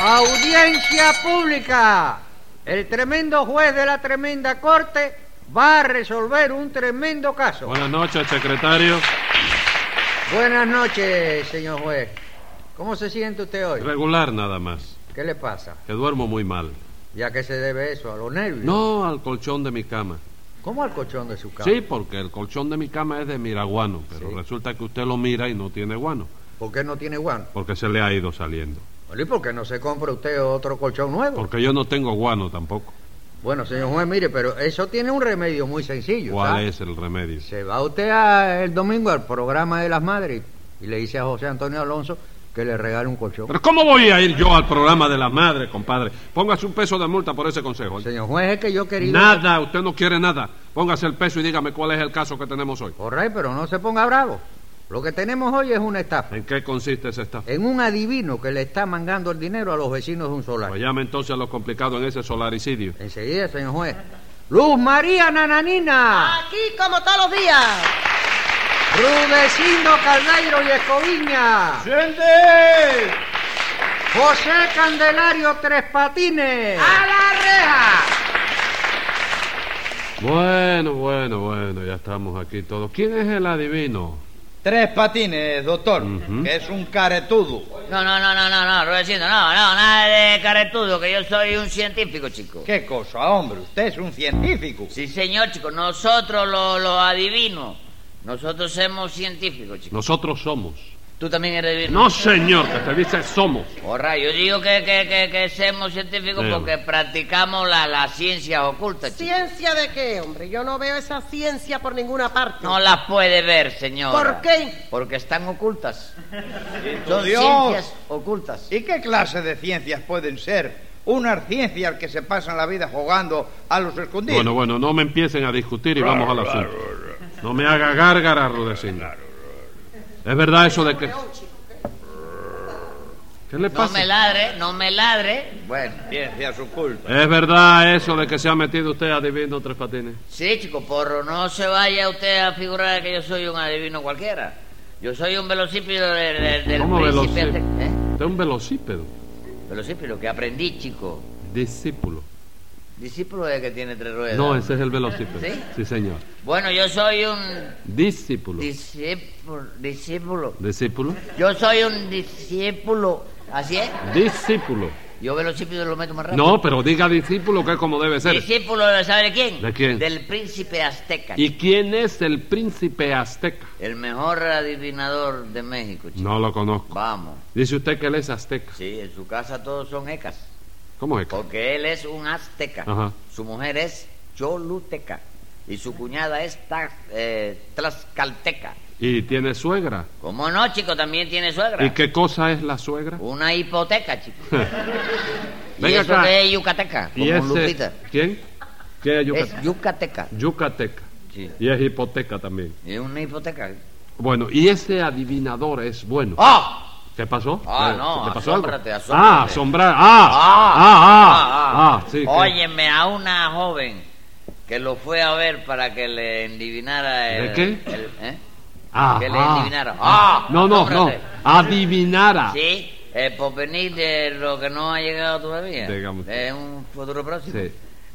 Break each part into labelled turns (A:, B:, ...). A: Audiencia pública. El tremendo juez de la tremenda corte va a resolver un tremendo caso.
B: Buenas noches, secretario.
A: Buenas noches, señor juez. ¿Cómo se siente usted hoy?
B: Regular nada más.
A: ¿Qué le pasa?
B: Que duermo muy mal.
A: Ya que se debe eso a los nervios.
B: No al colchón de mi cama.
A: ¿Cómo al colchón de su cama?
B: Sí, porque el colchón de mi cama es de miraguano, pero
A: Sí.
B: resulta que usted lo mira y no tiene guano,
A: ¿Por qué no tiene guano?
B: porque se le ha ido saliendo.
A: Bueno, ¿Y por qué no se compra usted otro colchón nuevo?
B: Porque yo no tengo guano tampoco.
A: Bueno, señor juez, mire, pero eso tiene un remedio muy sencillo.
B: ¿Cuál
A: ¿sabe?
B: es el remedio?
A: Se va usted a- el domingo al programa de las madres y le dice a José Antonio Alonso que le regale un colchón.
B: Pero ¿cómo voy a ir yo al programa de la madre, compadre? Póngase un peso de multa por ese consejo. ¿eh?
A: Señor juez, es que yo quería...
B: Nada, usted no quiere nada. Póngase el peso y dígame cuál es el caso que tenemos hoy.
A: Correcto, pero no se ponga bravo. Lo que tenemos hoy es una estafa.
B: ¿En qué consiste esa estafa?
A: En un adivino que le está mangando el dinero a los vecinos de un solar.
B: Pues llame entonces a lo complicado en ese solaricidio.
A: Enseguida, señor juez. Luz María Nananina,
C: Aquí como todos los días.
A: Rudecindo Caldeiro y Escoviña, José Candelario Tres Patines.
C: ¡A la reja!
B: Bueno, bueno, bueno, ya estamos aquí todos. ¿Quién es el adivino?
D: Tres patines, doctor,
B: Ujú.
D: que es un caretudo.
E: No, no, no, no, no, no, Rudecindo, no, no, nada de caretudo, que yo soy un científico, chico.
D: ¿Qué cosa, hombre? Usted es un científico.
E: Sí, señor, chico, nosotros los lo adivinos, nosotros somos científicos, chico.
B: Nosotros somos.
E: Tú también eres adivino.
B: No, señor, que te dice somos.
E: Horra, yo digo que, que, que, que somos científicos
B: Sí.
E: porque practicamos la, la ciencia oculta, chico.
C: ¿Ciencia de qué, hombre? Yo no veo esa ciencia por ninguna parte.
E: No las puede ver, señor.
C: ¿Por qué?
E: Porque están ocultas.
D: tu
E: Son
D: Dios.
E: ciencias ocultas.
D: ¿Y qué clase de ciencias pueden ser? Unas ciencias que se pasan la vida jugando a los escondidos.
B: Bueno, bueno, no me empiecen a discutir y vamos al asunto. No me haga gárgara, Rudecindo. ¿Es verdad eso de que...? ¿Qué le
E: No
B: pasa?
E: me ladre, no me ladre.
D: Bueno, ciencias ocultas.
B: ¿Es verdad eso de que se ha metido usted adivino tres patines?
E: Sí, chico, porro, no se vaya usted a figurar que yo soy un adivino cualquiera. Yo soy un velocípido de- de- del
B: ¿Cómo
E: príncipe
B: velocípedo?
E: azte- ¿eh?
B: Usted es un velocípedo.
E: Velocípedo, que aprendí, chico.
B: Discípulo.
E: Discípulo de que tiene tres ruedas.
B: No, ese es el velocípedo.
E: ¿Sí?
B: Sí, señor.
E: Bueno, yo soy un
B: Discípulo.
E: discípulo. discípulo.
B: Discípulo.
E: Yo soy un discípulo. ¿Así es?
B: Discípulo.
E: Yo velocípedo lo meto más rápido.
B: No, pero diga discípulo que es como debe ser.
E: Discípulo de saber quién.
B: ¿De quién?
E: Del príncipe azteca.
B: ¿Y quién es el príncipe azteca?
E: El mejor adivinador de México, chico.
B: No lo conozco.
E: Vamos.
B: Dice usted que él es azteca.
E: Sí, en su casa todos son ecas.
B: ¿Cómo es?
E: Porque él es un azteca.
B: Ajá.
E: Su mujer es choluteca. Y su cuñada es ta- eh, tlaxcalteca.
B: ¿Y tiene suegra?
E: ¿Cómo no, chico? También tiene suegra.
B: ¿Y qué cosa es la suegra?
E: Una hipoteca, chico. y
B: Venga
E: eso
B: acá.
E: que es yucateca, como
B: ¿Y ese-
E: Lupita.
B: ¿Quién? ¿Qué es
E: Es
B: Yucateca?
E: yucateca.
B: Yucateca.
E: Sí.
B: Y es hipoteca también.
E: Es una hipoteca.
B: Bueno, y ese adivinador es bueno.
E: ¡Oh!
B: ¿Qué pasó?
E: Ah,
B: ¿Te-
E: no,
B: ¿Te pasó algo?
E: asómbrate, asómbrate.
B: Ah, asombrar. Ah, ah, ah, ah, sí, que-
E: Óyeme a una joven que lo fue a ver para que le endivinara
B: ¿De
E: el...
B: qué?
E: el- ¿eh?
B: ah,
E: que le
B: ah.
E: adivinara. Ah,
B: no, no, no.
E: asómbrate.
B: Adivinara.
E: Sí, el porvenir de lo que no ha llegado todavía.
B: Digamos.
E: Es un futuro próximo.
B: Sí.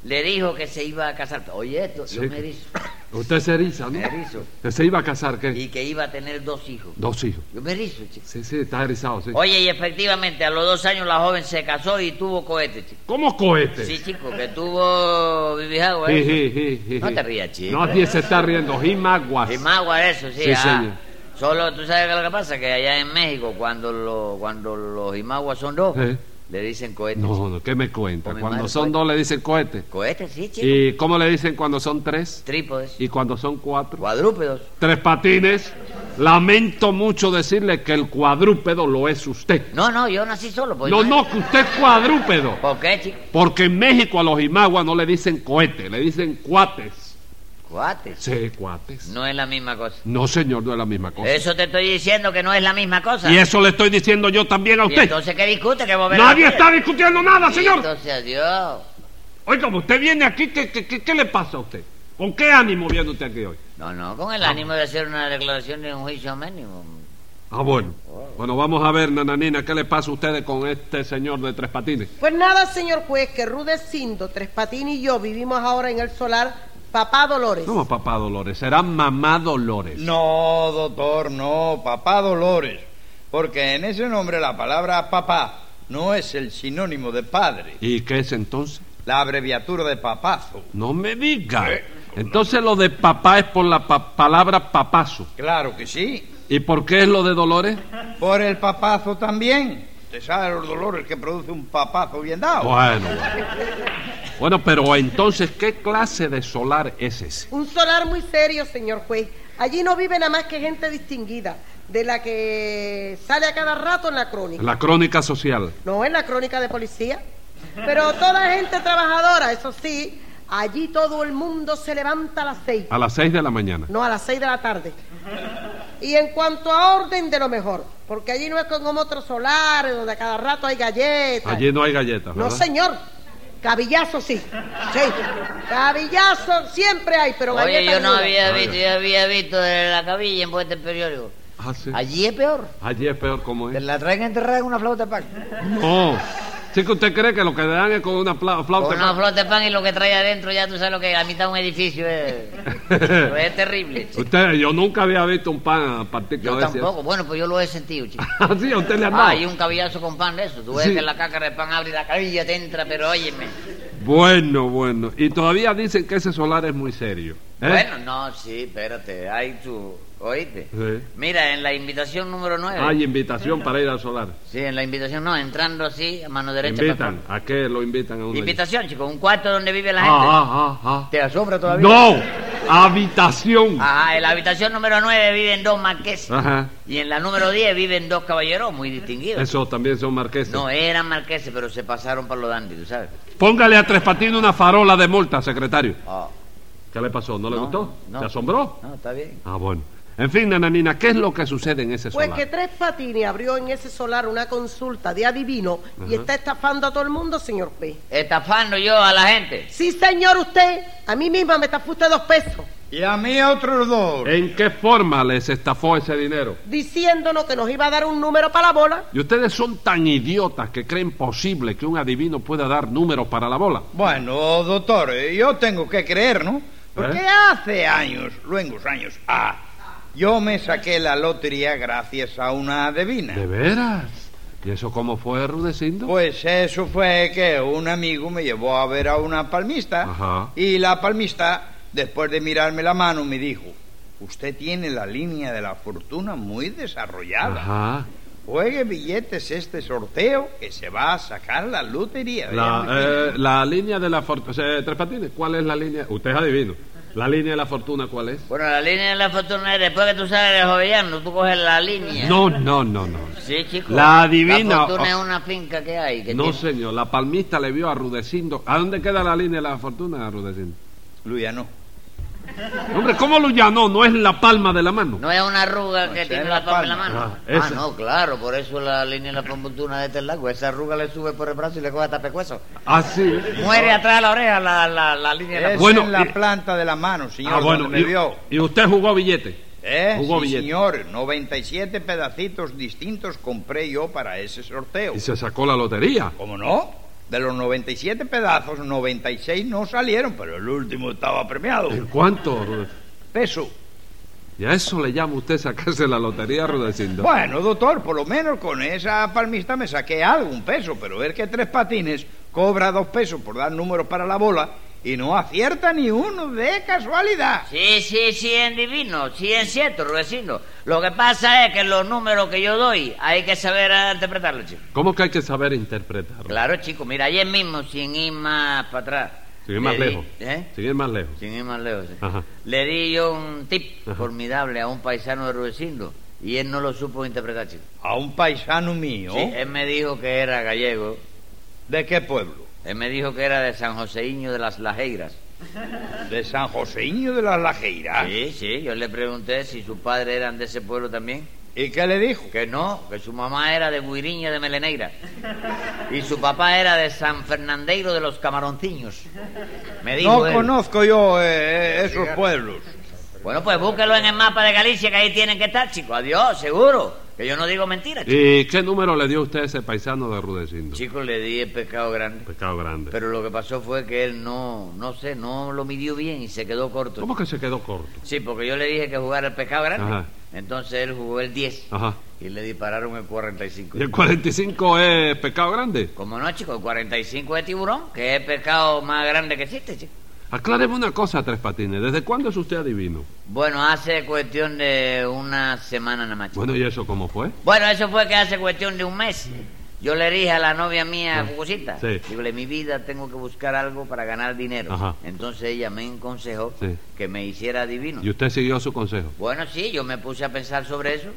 E: Le dijo que se iba a casar. Oye, esto,
B: Sí,
E: yo me
B: que-
E: erizo.
B: Usted se eriza, ¿no?
E: Me erizo.
B: ¿Que ¿Se iba a casar qué?
E: Y que iba a tener dos hijos.
B: Dos hijos.
E: Yo me erizo, chico.
B: Sí, sí, está erizado, sí.
E: Oye, y efectivamente, a los dos años la joven se casó y tuvo cohete, chico.
B: ¿Cómo cohete?
E: Sí, chico, que tuvo ¿eh? bibijagua.
B: Ji,
E: eso.
B: ji, ji, ji,
E: No
B: ji.
E: te rías, chico.
B: No, aquí se está riendo. Jimaguas.
E: Y magua eso, sí.
B: Sí,
E: ah.
B: señor.
E: Solo tú sabes lo que pasa, que allá en México, cuando, lo- cuando los imaguas son dos,
B: Sí.
E: le dicen cohete. chico.
B: No, no, ¿qué me cuenta?
E: Con mi
B: Cuando
E: madre,
B: son
E: cohete.
B: dos le dicen cohete.
E: Cohete, sí, chico.
B: ¿Y cómo le dicen cuando son tres?
E: Trípodes.
B: ¿Y cuando son cuatro?
E: Cuadrúpedos.
B: Tres patines. Lamento mucho decirle que el cuadrúpedo lo es usted.
E: No, no, yo nací solo. Pues,
B: No, no, que usted es cuadrúpedo.
E: ¿Por qué, chico?
B: Porque en México a los imaguas no le dicen cohete, le dicen cuates.
E: Cuates.
B: Sí, cuates.
E: No es la misma cosa.
B: No, señor, no es la misma cosa.
E: Eso te estoy diciendo que no es la misma cosa.
B: Y eso le estoy diciendo yo también a
E: ¿Y
B: usted.
E: entonces qué discute que vos ves
B: Nadie
E: la
B: está
E: tele?
B: discutiendo nada,
E: Y
B: señor.
E: Entonces, adiós.
B: Oiga, usted viene aquí, ¿qué, qué, qué- qué le pasa a usted? ¿Con qué ánimo viene usted aquí hoy?
E: No, no, con el ánimo de hacer una declaración de un juicio mínimo.
B: Ah, bueno. Bueno, vamos a ver, nananina, ¿qué le pasa a ustedes con este señor de tres patines?
C: Pues nada, señor juez, que Rudecindo, Tres Patines y yo vivimos ahora en el solar Papá Dolores.
B: ¿Cómo papá Dolores? Será mamá Dolores.
D: No, doctor, no, papá Dolores. Porque en ese nombre la palabra papá no es el sinónimo de padre,
B: ¿Y qué es entonces?
D: la abreviatura de papazo.
B: No me diga. Entonces lo de papá es por la pa- palabra papazo.
D: Claro que sí,
B: ¿Y por qué es lo de Dolores?
D: por el papazo también. Usted sabe los dolores que produce un papazo bien dado.
B: Ah, Bueno, bueno. Bueno, pero entonces, ¿qué clase de solar es ese?
C: Un solar muy serio, señor juez. Allí no vive nada más que gente distinguida, de la que sale a cada rato en la crónica.
B: La crónica social.
C: No en la crónica de policía. Pero toda gente trabajadora, eso sí, allí todo el mundo se levanta a las seis.
B: A las 6 de la mañana.
C: No, a las seis de la tarde. Y en cuanto a orden, de lo mejor. Porque allí no es como otros solares, donde a cada rato hay galletas.
B: Allí no hay galletas,
C: No,
B: ¿verdad?
C: señor. Cabillazo sí. Sí. Cabillazo siempre hay, pero
E: Oye,
C: galletas
E: yo no
C: ninguna.
E: había
B: Oiga.
E: visto, yo había visto de la cabilla en puente periódico.
B: Ah, sí.
E: Allí es peor.
B: Allí es peor como
F: Te
B: es.
F: la traen enterrada en una flauta de pan.
B: No. Sí que usted cree que lo que le dan es con una pla- flauta.
E: Con una flor de pan y lo que trae adentro, ya tú sabes lo que es, la mitad de un edificio es. Pero es terrible.
B: Usted, yo nunca había visto un pan partir
E: Yo
B: cabeza.
E: tampoco. Bueno, pues yo lo he sentido, chico.
B: Ah, sí, a usted le han dado.
E: Ah, y un cabillazo con pan de eso. Tú ves
B: Sí. ¿Eh?
E: que la cácara de pan abre y la cabilla te entra, pero óyeme.
B: Bueno, bueno. Y todavía dicen que ese solar es muy serio. ¿eh?
E: Bueno, no, sí, espérate. Ahí tú, oíste.
B: Sí.
E: Mira, en la invitación número 9.
B: Hay invitación para ir al solar.
E: Sí, en la invitación no, entrando así, a mano derecha.
B: Invitan.
E: para
B: ¿A qué lo invitan a uno?
E: afuera.
B: allí?
E: Invitación, chico, un cuarto donde vive la gente.
B: Ah, ah,
F: Te asombra
B: ah, ah.
F: todavía.
B: No. Habitación.
E: Ajá, en la habitación número 9 viven dos marqueses.
B: Ajá.
E: Y en la número 10 viven dos caballeros muy distinguidos.
B: Eso también son marqueses.
E: No, eran marqueses, pero se pasaron para los dandy, tú sabes.
B: Póngale a Tres Patines una farola de multa, secretario.
E: Ah,
B: ¿Qué le pasó? ¿No le
E: No,
B: gustó?
E: no.
B: ¿Se asombró?
E: no, está bien.
B: Ah, bueno. En fin, nananina, ¿qué es lo que sucede en ese
C: Pues
B: solar?
C: que Tres Patines abrió en ese solar una consulta de adivino y está estafando a todo el mundo, señor juez.
E: Estafando yo a la gente.
C: Sí, señor, usted. A mí misma me estafó usted dos pesos,
D: Y a mí otros dos.
B: ¿En qué forma les estafó ese dinero?
C: diciéndonos que nos iba a dar un número para la bola.
B: Y ustedes son tan idiotas que creen posible que un adivino pueda dar números para la bola.
D: Bueno, doctor, eh, yo tengo que creer, ¿no? Porque
B: ¿Eh?
D: hace años, luengos años, ah, yo me saqué la lotería gracias a una adivina.
B: ¿De veras? ¿Y eso cómo fue, Rudecindo?
D: Pues eso fue que un amigo me llevó a ver a una palmista
B: Ajá.
D: y la palmista, después de mirarme la mano, me dijo, usted tiene la línea de la fortuna muy desarrollada.
B: Ajá.
D: Juegue billetes este sorteo que se va a sacar la lotería.
B: La,
D: Vea,
B: eh, la línea de la fortuna... Tres Patines, ¿cuál es la línea? Usted es adivino. ¿La línea de la fortuna cuál es?
E: Bueno, la línea de la fortuna es después que tú sales de Jovellano, tú coges la línea.
B: No, no, no, no.
E: Sí, chico.
B: La adivina.
E: La fortuna es una finca que hay. Que
B: No,
E: tiene-
B: señor, la palmista le vio a Rudecindo. ¿A dónde queda la línea de la fortuna, Rudecindo?
D: Luya, no.
B: Hombre, ¿cómo lo llanó? No es la palma de la mano.
E: No es una arruga
D: No,
E: que
D: esa
E: tiene
D: es
E: la
D: la
E: palma en la
D: palma.
E: mano.
B: Ah,
E: Ah,
B: esa.
E: no, claro, por eso la línea de la fortuna de este largo. Esa arruga le sube por el brazo y le coge hasta pecueso.
B: Así.
E: Muere
B: Ah.
E: atrás de la oreja la, la, la línea de la
D: Es
B: Bueno,
D: en la
B: y-
D: planta de la mano, señor.
B: Ah, bueno,
D: donde me
B: y,
D: vio.
B: y usted jugó billete.
D: Eh,
B: Jugó
D: sí,
B: billete.
D: señor, 97 pedacitos distintos compré yo para ese sorteo.
B: Y se sacó la lotería.
D: ¿Cómo no? De los 97 pedazos, 96 no salieron, pero el último estaba premiado.
B: ¿En cuánto, Rudecindo?
D: Peso.
B: Y a eso le llama usted sacarse la lotería, Rudecindo.
D: Bueno, doctor, por lo menos con esa palmista me saqué algo, un peso, pero ver que tres patines cobra dos pesos por dar números para la bola y no acierta ni uno de casualidad.
E: Sí, sí, sí, es divino, sí es cierto, Rudecindo. Lo que pasa es que los números que yo doy hay que saber eh, interpretarlos, chico.
B: ¿Cómo que hay que saber interpretar?
E: Claro, chico, mira, ayer mismo, sin ir más para atrás.
B: Sin ir más
E: le di-
B: lejos.
E: ¿eh?
B: Sin ir más lejos.
E: Sin ir más lejos. sí.
B: Ajá.
E: Le di yo un tip
B: Ajá.
E: formidable a un paisano de Rudecindo y él no lo supo interpretar, chico.
D: A un paisano mío.
E: Sí,
B: eh.
E: él me dijo que era gallego,
D: ¿De qué pueblo?
E: él me dijo que era de San Joseíño de las Lajeiras.
D: De San Joseño de la
B: Ah.
D: Lajeira.
E: Sí, sí, yo le pregunté si sus padres eran de ese pueblo también.
D: ¿Y qué le dijo?
E: Que no, que su mamá era de Guiriña de Meleneira y su papá era de San Fernandeiro de los Camaronciños. Me dijo
D: No
E: él.
D: conozco yo eh, esos pueblos.
E: Bueno, pues búsquelo en el mapa de Galicia que ahí tienen que estar, chico. Adiós, seguro. Que yo no digo mentiras, chico.
B: ¿Y qué número le dio usted a ese paisano de Rudecindo?
E: Chico, le di el pecado grande.
B: Pecado grande.
E: Pero lo que pasó fue que él no, no sé, no lo midió bien y se quedó corto.
B: ¿Cómo que se quedó corto?
E: Sí, porque yo le dije que jugara el pecado grande.
B: Ajá.
E: Entonces él jugó el 10
B: Ajá.
E: y le dispararon el 45.
B: ¿Y el 45 es pecado grande?
E: Como no, chico, el 45 es tiburón, que es el pecado más grande que existe, chico.
B: Acláreme una cosa, Tres Patines. ¿Desde cuándo es usted adivino?
E: Bueno, hace cuestión de una semana nada más. chico.
B: Bueno, ¿y eso cómo fue?
E: Bueno, eso fue que hace cuestión de un mes. Yo le dije a la novia mía,
B: Sí.
E: Cucucita,
B: Ah, Sí.
E: digo, mi vida tengo que buscar algo para ganar dinero.
B: Ajá.
E: Entonces ella me aconsejó
B: Sí.
E: que me hiciera adivino.
B: ¿Y usted siguió su consejo?
E: Bueno, sí, yo me puse a pensar sobre eso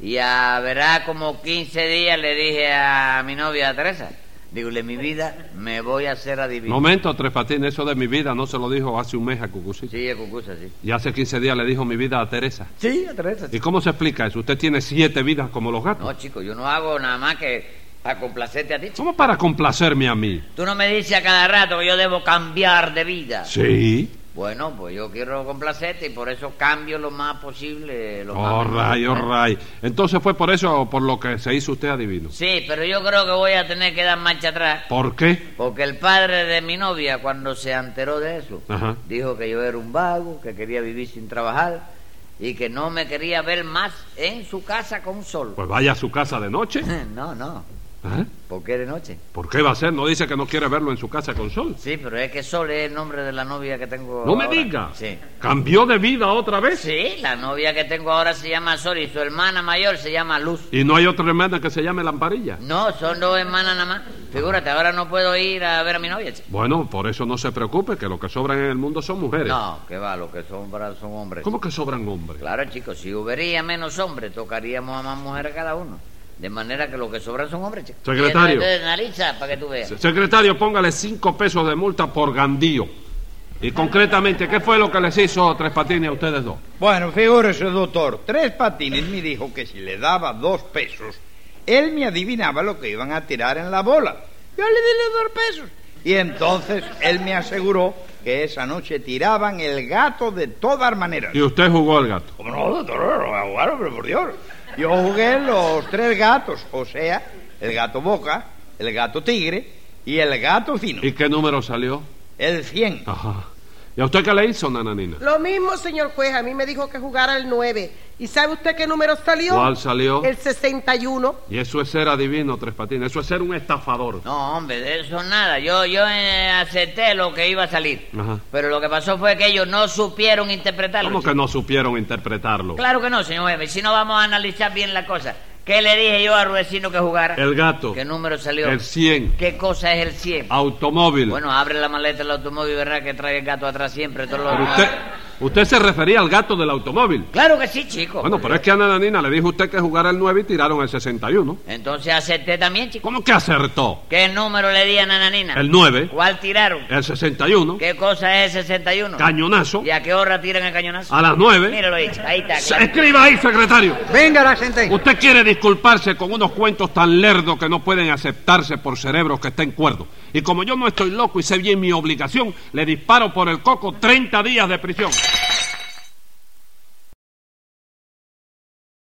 E: y a verá como 15 días le dije a mi novia a Teresa, digo, mi vida me voy a hacer adivino.
B: Momento, Tres Patines, eso de mi vida no se lo dijo hace un mes a Cucucita.
E: Sí, a Cucusa, sí.
B: Y hace 15 días le dijo mi vida a Teresa.
F: Sí, Teresa.
B: ¿Y cómo se explica eso? ¿Usted tiene siete vidas como los gatos?
E: No, chico, yo no hago nada más que para complacerte a ti. chico.
B: ¿Cómo para complacerme a mí?
E: Tú no me dices a cada rato que yo debo cambiar de vida.
B: Sí.
E: Bueno, pues yo quiero complacerte y por eso cambio lo más posible. ¿Eh? Lo más
B: Oh, ray, oh,
E: posible.
B: ray. Entonces fue por eso por lo que se hizo usted adivino.
E: Sí, pero yo creo que voy a tener que dar marcha atrás.
B: ¿Por qué?
E: Porque el padre de mi novia, cuando se enteró de eso,
B: Ajá.
E: dijo que yo era un vago, que quería vivir sin trabajar y que no me quería ver más en su casa con sol.
B: Pues vaya a su casa de noche.
E: No, no,
B: ¿Eh?
E: porque de noche.
B: ¿Por qué va a ser? No dice que no quiere verlo en su casa con sol.
E: Sí, pero es que Sol es el nombre de la novia que tengo.
B: No me
E: ahora.
B: diga.
E: Sí.
B: ¿Cambió de vida otra vez?
E: Sí, la novia que tengo ahora se llama Sol y su hermana mayor se llama Luz.
B: ¿Y no hay otra hermana que se llame Lamparilla?
E: No, son dos hermanas nada más. Figúrate, ahora no puedo ir a ver a mi novia. chico.
B: Bueno, por eso no se preocupe, que lo que sobran en el mundo son mujeres.
E: No, que va, los que son bra- son hombres.
B: ¿Cómo que sobran hombres?
E: Claro, chicos, si hubiera menos hombres, tocaríamos a más mujeres cada uno. De manera que lo que sobran son hombres, chicos.
B: Secretario.
E: Y entonces, analiza para que tú veas.
B: Se- Secretario, póngale cinco pesos de multa por Gandío. Y concretamente, ¿qué fue lo que les hizo Tres Patines a ustedes dos?
D: Bueno, figúrese, doctor. Tres Patines me dijo que si le daba dos pesos, él me adivinaba lo que iban a tirar en la bola. Yo le di los dos pesos. Y entonces él me aseguró que esa noche tiraban el gato de todas maneras.
B: Y usted jugó al gato.
D: ¿Cómo no, doctor? No voy a jugar, hombre, por Dios. Yo jugué los tres gatos, o sea, el gato boca, el gato tigre y el gato fino.
B: ¿Y qué número salió?
D: El 100.
B: Ajá. ¿Y a usted qué le hizo, Nananina?
C: Lo mismo, señor juez, a mí me dijo que jugara el 9. ¿Y sabe usted qué número salió?
B: ¿Cuál salió?
C: El 61.
B: Y eso es ser adivino, Tres Patines. Eso es ser un estafador.
E: No, hombre, de eso nada. Yo, yo eh, acepté lo que iba a salir.
B: Ajá.
E: Pero lo que pasó fue que ellos no supieron interpretarlo.
B: ¿Cómo que
E: chico.
B: no supieron interpretarlo?
E: Claro que no, señor juez. Si no vamos a analizar bien la cosa. ¿Qué le dije yo a Ruecino que jugara?
B: El gato.
E: ¿Qué número salió?
B: El Ah, 100.
E: ¿Qué cosa es el 100?
B: Automóvil.
E: Bueno, abre la maleta del automóvil y verá que trae el gato atrás siempre. Todo lo...
B: Pero usted, usted se refería al gato del automóvil.
E: Claro que sí, chico.
B: Bueno, pues- pero es que a Nananina le dijo usted que jugara el 9 y tiraron el 61.
E: Entonces acepté también, chico.
B: ¿Cómo que acertó?
E: ¿Qué número le di a Nananina?
B: El 9,
E: ¿Cuál tiraron?
B: el 61,
E: ¿Qué cosa es el 61?
B: cañonazo,
E: ¿Y a qué hora tiran el cañonazo?
B: a las 9.
E: Míralo ahí, ahí está.
B: Se- Escriba ahí, secretario.
A: Venga la sentencia.
B: Usted quiere disculparse con unos cuentos tan lerdos que no pueden aceptarse por cerebros que estén cuerdos. Y como yo no estoy loco y sé bien mi obligación, le disparo por el coco 30 días de prisión.